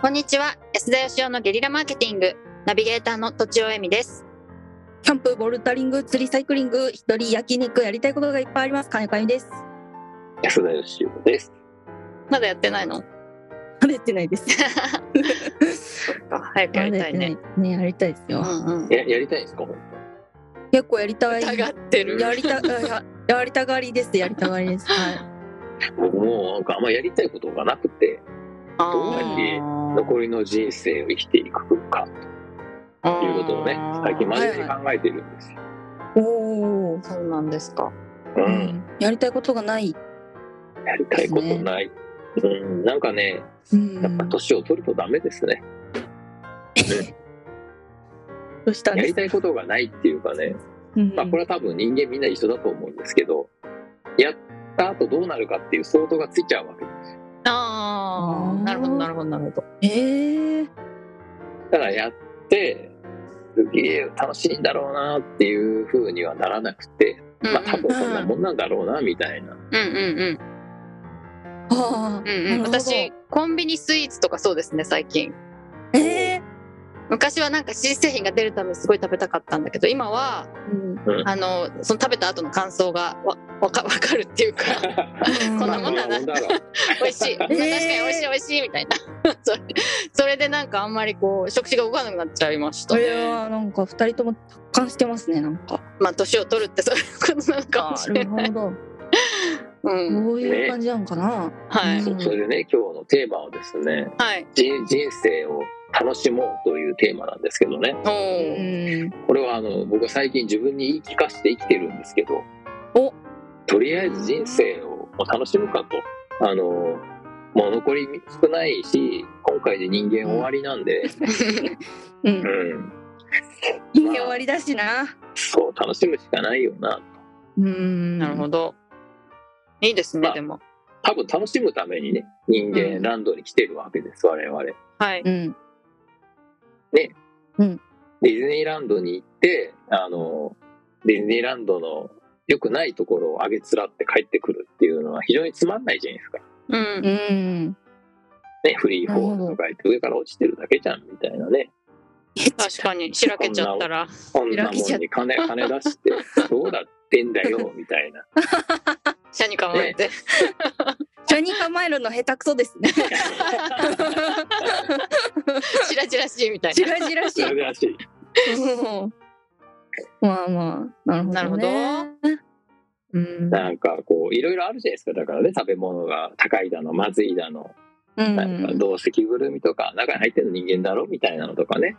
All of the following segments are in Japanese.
こんにちは安田義雄のゲリラマーケティングナビゲーターの土地尾恵美ですキャンプ、ボルタリング、釣り、サイクリング、一人、焼肉、やりたいことがいっぱいあります。かゆかゆです。安田義雄です。まだやってないのまだやって ないです。そっか早くやまりだやたっいてなねい。ね、やりたいですよ。うんうんや、やりたいんですか。本結構やりたい。疑やってるりた、あややりたがりです。やりたがりです。はい。当僕もなんかあんまやりたいことがなくて、あーどうやって残りの人生を生きていくかということをね、最近真面目に考えてるんですよ。おお。そうなんですかう。うんやりたいことがない。ん、やりたいことない。うん、なんかね、うんやっぱ年を取るとダメですね。どうしたんやでりすか。たいことがないっていうかね、うんまあこれは多分人間みんな一緒だと思うんですけど、やった後どうなるかっていう想像がついちゃうわけです。ああなるほどなるほどなるほどええー。ただやって、すげえ楽しいんだろうなっていうふうにはならなくて、うんまあ多分そんなもんなんだろうなみたいな。うんうんうんあうんうん、なるほど私コンビニスイーツとかそうですね最近あ。ええ昔はなんか新製品が出るためにすごい食べたかったんだけど今はー。うん。あのその食べた後の感想がわわかわかるっていうかこんなもんだなそだろう。美味しい、まあ確かに美味しい美味しいみたいな それそれでなんかあんまりこう食事が動かなくなっちゃいましたこねれはなんか二人とも達観してますね。なんか。まあ年を取るってそういうことなのかもしなれるない、ほど。うん、どういう感じなのかな。はいそうそれでね、今日のテーマはですね、はい人人生を楽しもうというテーマなんですけどね、おうーん。これはあの僕は最近自分に言い聞かせて生きてるんですけど、おとりあえず人生をもう楽しむかと。あのもう残り少ないし、今回で人間終わりな んで、う。うんん、いい終わりだしな。そう、楽しむしかないよな。うん。なるほどいいですね、まあでも多分楽しむためにね、人間ランドに来てるわけです、我々。はいうん。ディズニーランドに行って、あの、ディズニーランドの良くないところを上げつらって帰ってくるっていうのは非常につまんないじゃないですか。ううんん。ね、フリーフォールとか言って上から落ちてるだけじゃんみたいなね。確かにしらけちゃったらこんなもんに金、金出 して、どうだってんだよ、みたいな。車に構えてジャニー構えるの下手くそですね。しらじらしいみたいじらじらしいそ。れらしい。うんまあまあ、なるほど、ね。なうん。なんかこう、いろいろあるじゃないですか。だからね、食べ物が高いだの、まずいだの、うんなんか同席ぐるみとか、中に入ってる人間だろみたいなのとかね。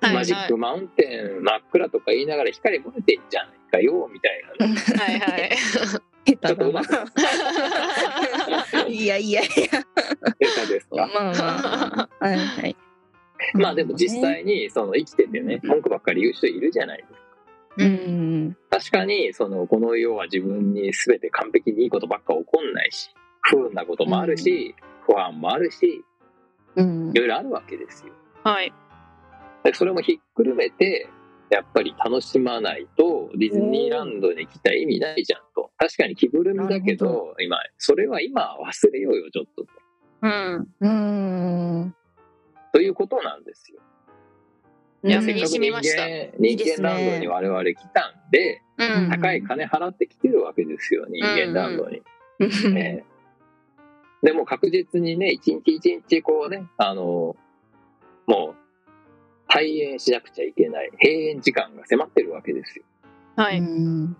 な、はいはマいジックマウンテン真っ暗とか言いながら光漏れてんじゃないかよ、みたいなね。はいはい下手ちょっとだうまくな。いやいやいや。ベタですまあ まか。あ。はいはい。まあでも実際にその生きててね、文句ばっかり言う人いるじゃないですか。う、ん。確かにそのこの世は自分に全て完璧にいいことばっか起こんないし、不運なこともあるし、不安もあるし、うんい。ろいろあるわけですよ。はいでそれもひっくるめて、やっぱり楽しまないとディズニーランドに来た意味ないじゃんと。確かに着ぐるみなだけるど、今、それは今忘れようよ、ちょっと。うんうん。ということなんですよ。いやうん身に染みましたせっかく人間人間ランドに我々来たんで、ううんん高い金払ってきてるわけですよ、人間ランドに。うんねでも確実にね、一日一日こうね、あの、もう、退園しなくちゃいけない、閉園時間が迫ってるわけですよ。はういん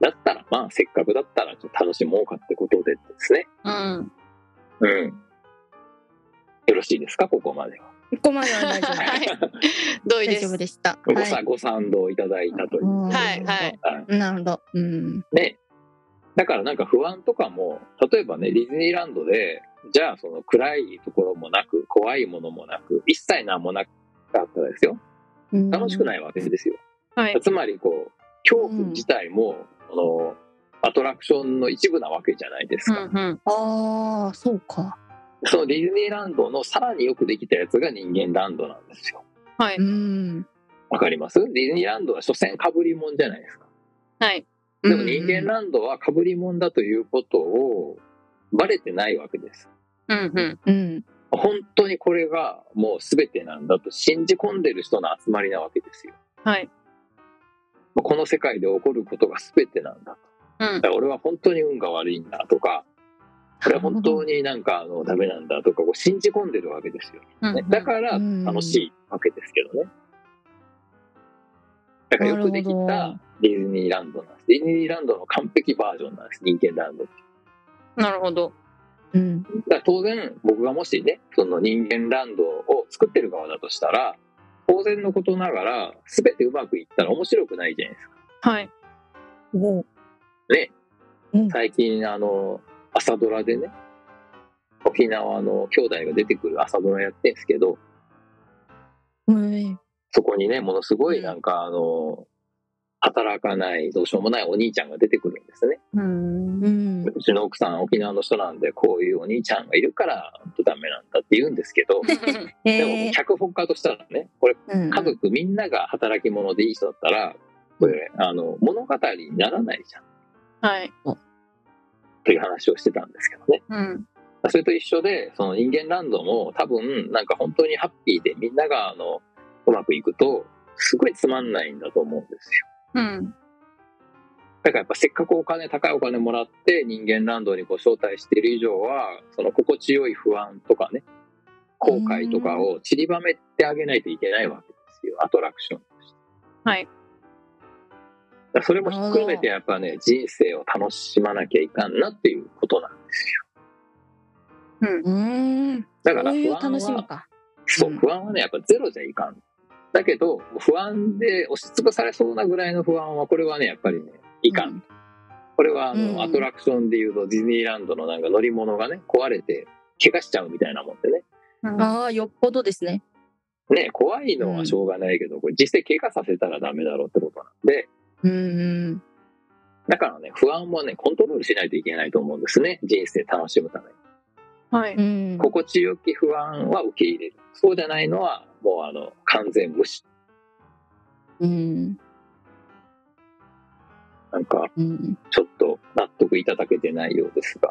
だったら、まあ、せっかくだったら、ちょっと楽しもうかってことでですね。うんうん。よろしいですか、ここまでは。ここまでは大丈夫。 はい同意で大す丈夫でした。ごはさ、いご賛同いただいたという。はいはい。はいなるほど。うん。ね。だからなんか不安とかも、例えばね、ディズニーランドで、じゃあその暗いところもなく、怖いものもなく、一切何もなかったらですよ。うん楽しくないわけですよ。はいつまりこう、恐怖自体も、その、アトラクションの一部なわけじゃないですうか。んうんああ、そうか。そのディズニーランドのさらによくできたやつが人間ランドなんですよ。はいうん。わかりますディズニーランドは所詮被り物じゃないですか。はいでも人間ランドは被り物だということを、バレてないわけです。うんうんうん。本当にこれがもう全てなんだと信じ込んでる人の集まりなわけですよ。はい。この世界で起こることが全てなんだと。うんだか。ら俺は本当に運が悪いんだとか、俺は本当になんかあのダメなんだとか、こう信じ込んでるわけですよ、うんね。だからうん楽しいわけですけどね。だからよくできなるたディズニーランドなんです。ディズニーランドの完璧バージョンなんです、人間ランドって。なるほど。うん。だから当然僕がもしねその人間ランドを作ってる側だとしたら当然のことながら全てうまくいったら面白くないじゃないですか。はい。もねうん最近あの朝ドラでね沖縄の兄弟が出てくる朝ドラやってんですけどう、うんそこにねものすごいなんかあの働かないどうしようもないお兄ちゃんが出てくるんですね。うん。うん。うちの奥さん沖縄の人なんでこういうお兄ちゃんがいるからほんとダメなんだって言うんですけどでえもー脚本家としたらねこれうん家族みんなが働き者でいい人だったら、これ、あの、物語にならないじゃんはい。という話をしてたんですけどね。うん。それと一緒で、その人間ランドも多分、なんか本当にハッピーでみんなが、あの、うまくいくと、すごいつまんないんだと思うんですよ。うん。だからやっぱせっかくお金、高いお金もらって人間ランドにご招待している以上は、その心地よい不安とかね、後悔とかを散りばめてあげないといけないわけですよ、アトラクションとして。はい。だからそれもひっくるめてやっぱね人生を楽しまなきゃいかんなっていうことなんですようん。うん。だかそらういう不安楽しみはか。そううん不安はねやっぱゼロじゃいかんだけど不安で押しつぶされそうなぐらいの不安はこれはねやっぱりねいかん、うんこれはあうんのアトラクションでいうとディズニーランドのなんか乗り物がね壊れて怪我しちゃうみたいなもんでねうんああ、よっぽどですね。ね怖いのはしょうがないけどこれ実際怪我させたらダメだろうってことなんでうん。だからね不安もねコントロールしないといけないと思うんですね人生楽しむためにはい。うん。心地よき不安は受け入れるそうじゃないのはもうあの完全無視うん。なんかうん。ちょっと納得いただけてないようですが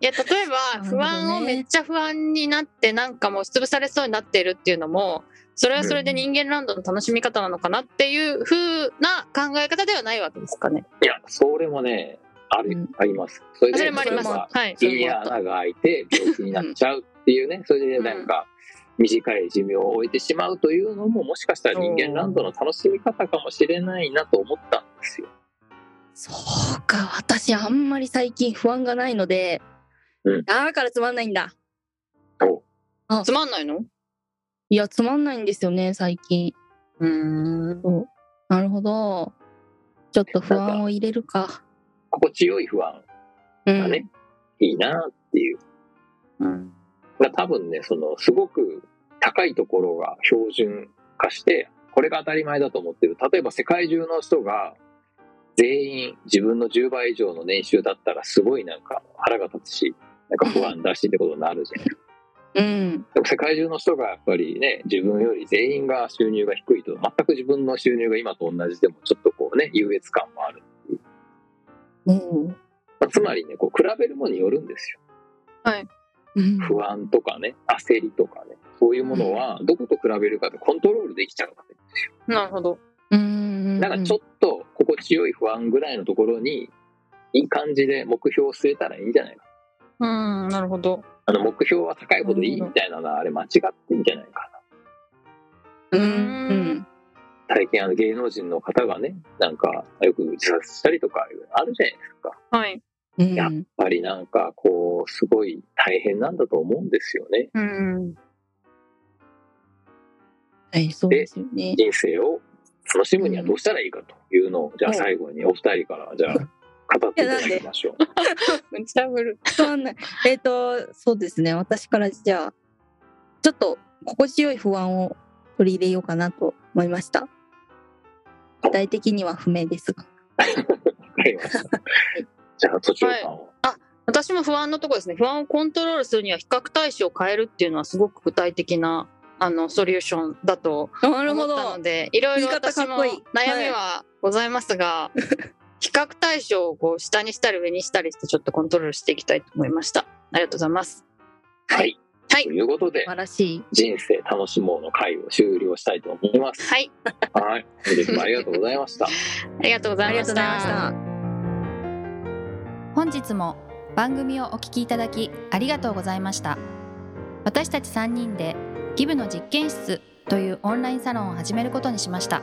いや例えば なるほどね不安をめっちゃ不安になってなんかもう潰されそうになってるっていうのもそれはそれで人間ランドの楽しみ方なのかなっていう風な考え方ではないわけですかね。いやそれもねある、うんありますそれそでれもあります。例えばはい。そ胃にれもあった穴が開いて病気になっちゃうっていうねそれでなんか短い寿命を終えてしまうというのももしかしたら人間ランドの楽しみ方かもしれないなと思ったんですよ。そうか、私あんまり最近不安がないので、うんだからつまんないんだ。おつまんないの？いや、つまんないんですよね、最近。うーん。そうなるほど。ちょっと不なん安かを入れるか。心地よい不安うがんね、いいなっていううん。が多分ねそのすごく高いところが標準化してこれが当たり前だと思ってる例えば世界中の人が全員自分の10倍以上の年収だったらすごいなんか腹が立つしなんか不安だしってことになるじゃないですかうん。でも世界中の人がやっぱりね自分より全員が収入が低いと全く自分の収入が今と同じでもちょっとこうね優越感もある、うん。まあつまりねこう比べるものによるんですようん不安とかね焦りとかねそういうものはどこと比べるかでコントロールできちゃうわけですよなるほど。うん。だからちょっと心地よい不安ぐらいのところにいい感じで目標を据えたらいいんじゃないかうーん。なるほど。あの目標は高いほどいいなるみほたいなのはあれ間違ってんじゃないかうん。うん。な最近あの芸能人の方がねなんかよく自殺したりとかあるじゃないですかやはい。うん。やっぱりなんかこうすごい大変なんだと思うんですよねうん。はい、そうですよね。人生を楽しむにはどうしたらいいかというのをじゃあ最後にお二人から じゃあ語っていただきましょうむちゃぶる。つまんない。えっ、と、そうですね。私からじゃあ、ちょっと心地よい不安を取り入れようかなと思いました。具体的には不明ですが。わかりました。 じゃあ、都庁さんを。私も不安のとこですね。不安をコントロールするには比較対象を変えるっていうのはすごく具体的なあのソリューションだとな思ったのでいろいろ言い方私かっもこいい悩みはございます が、比較対象をこう下にしたり上にしたりしてちょっとコントロールしていきたいと思いましたありがとうございますはい。はいということで素、晴らしい。人生楽しもうの会を終了したいと思います。はい。はい。みずきさんありがとうございました。ありがとうございましありがとうございましたた。本日も番組をお聞きいただきありがとうございました私たち3人でギブの実験室というオンラインサロンを始めることにしました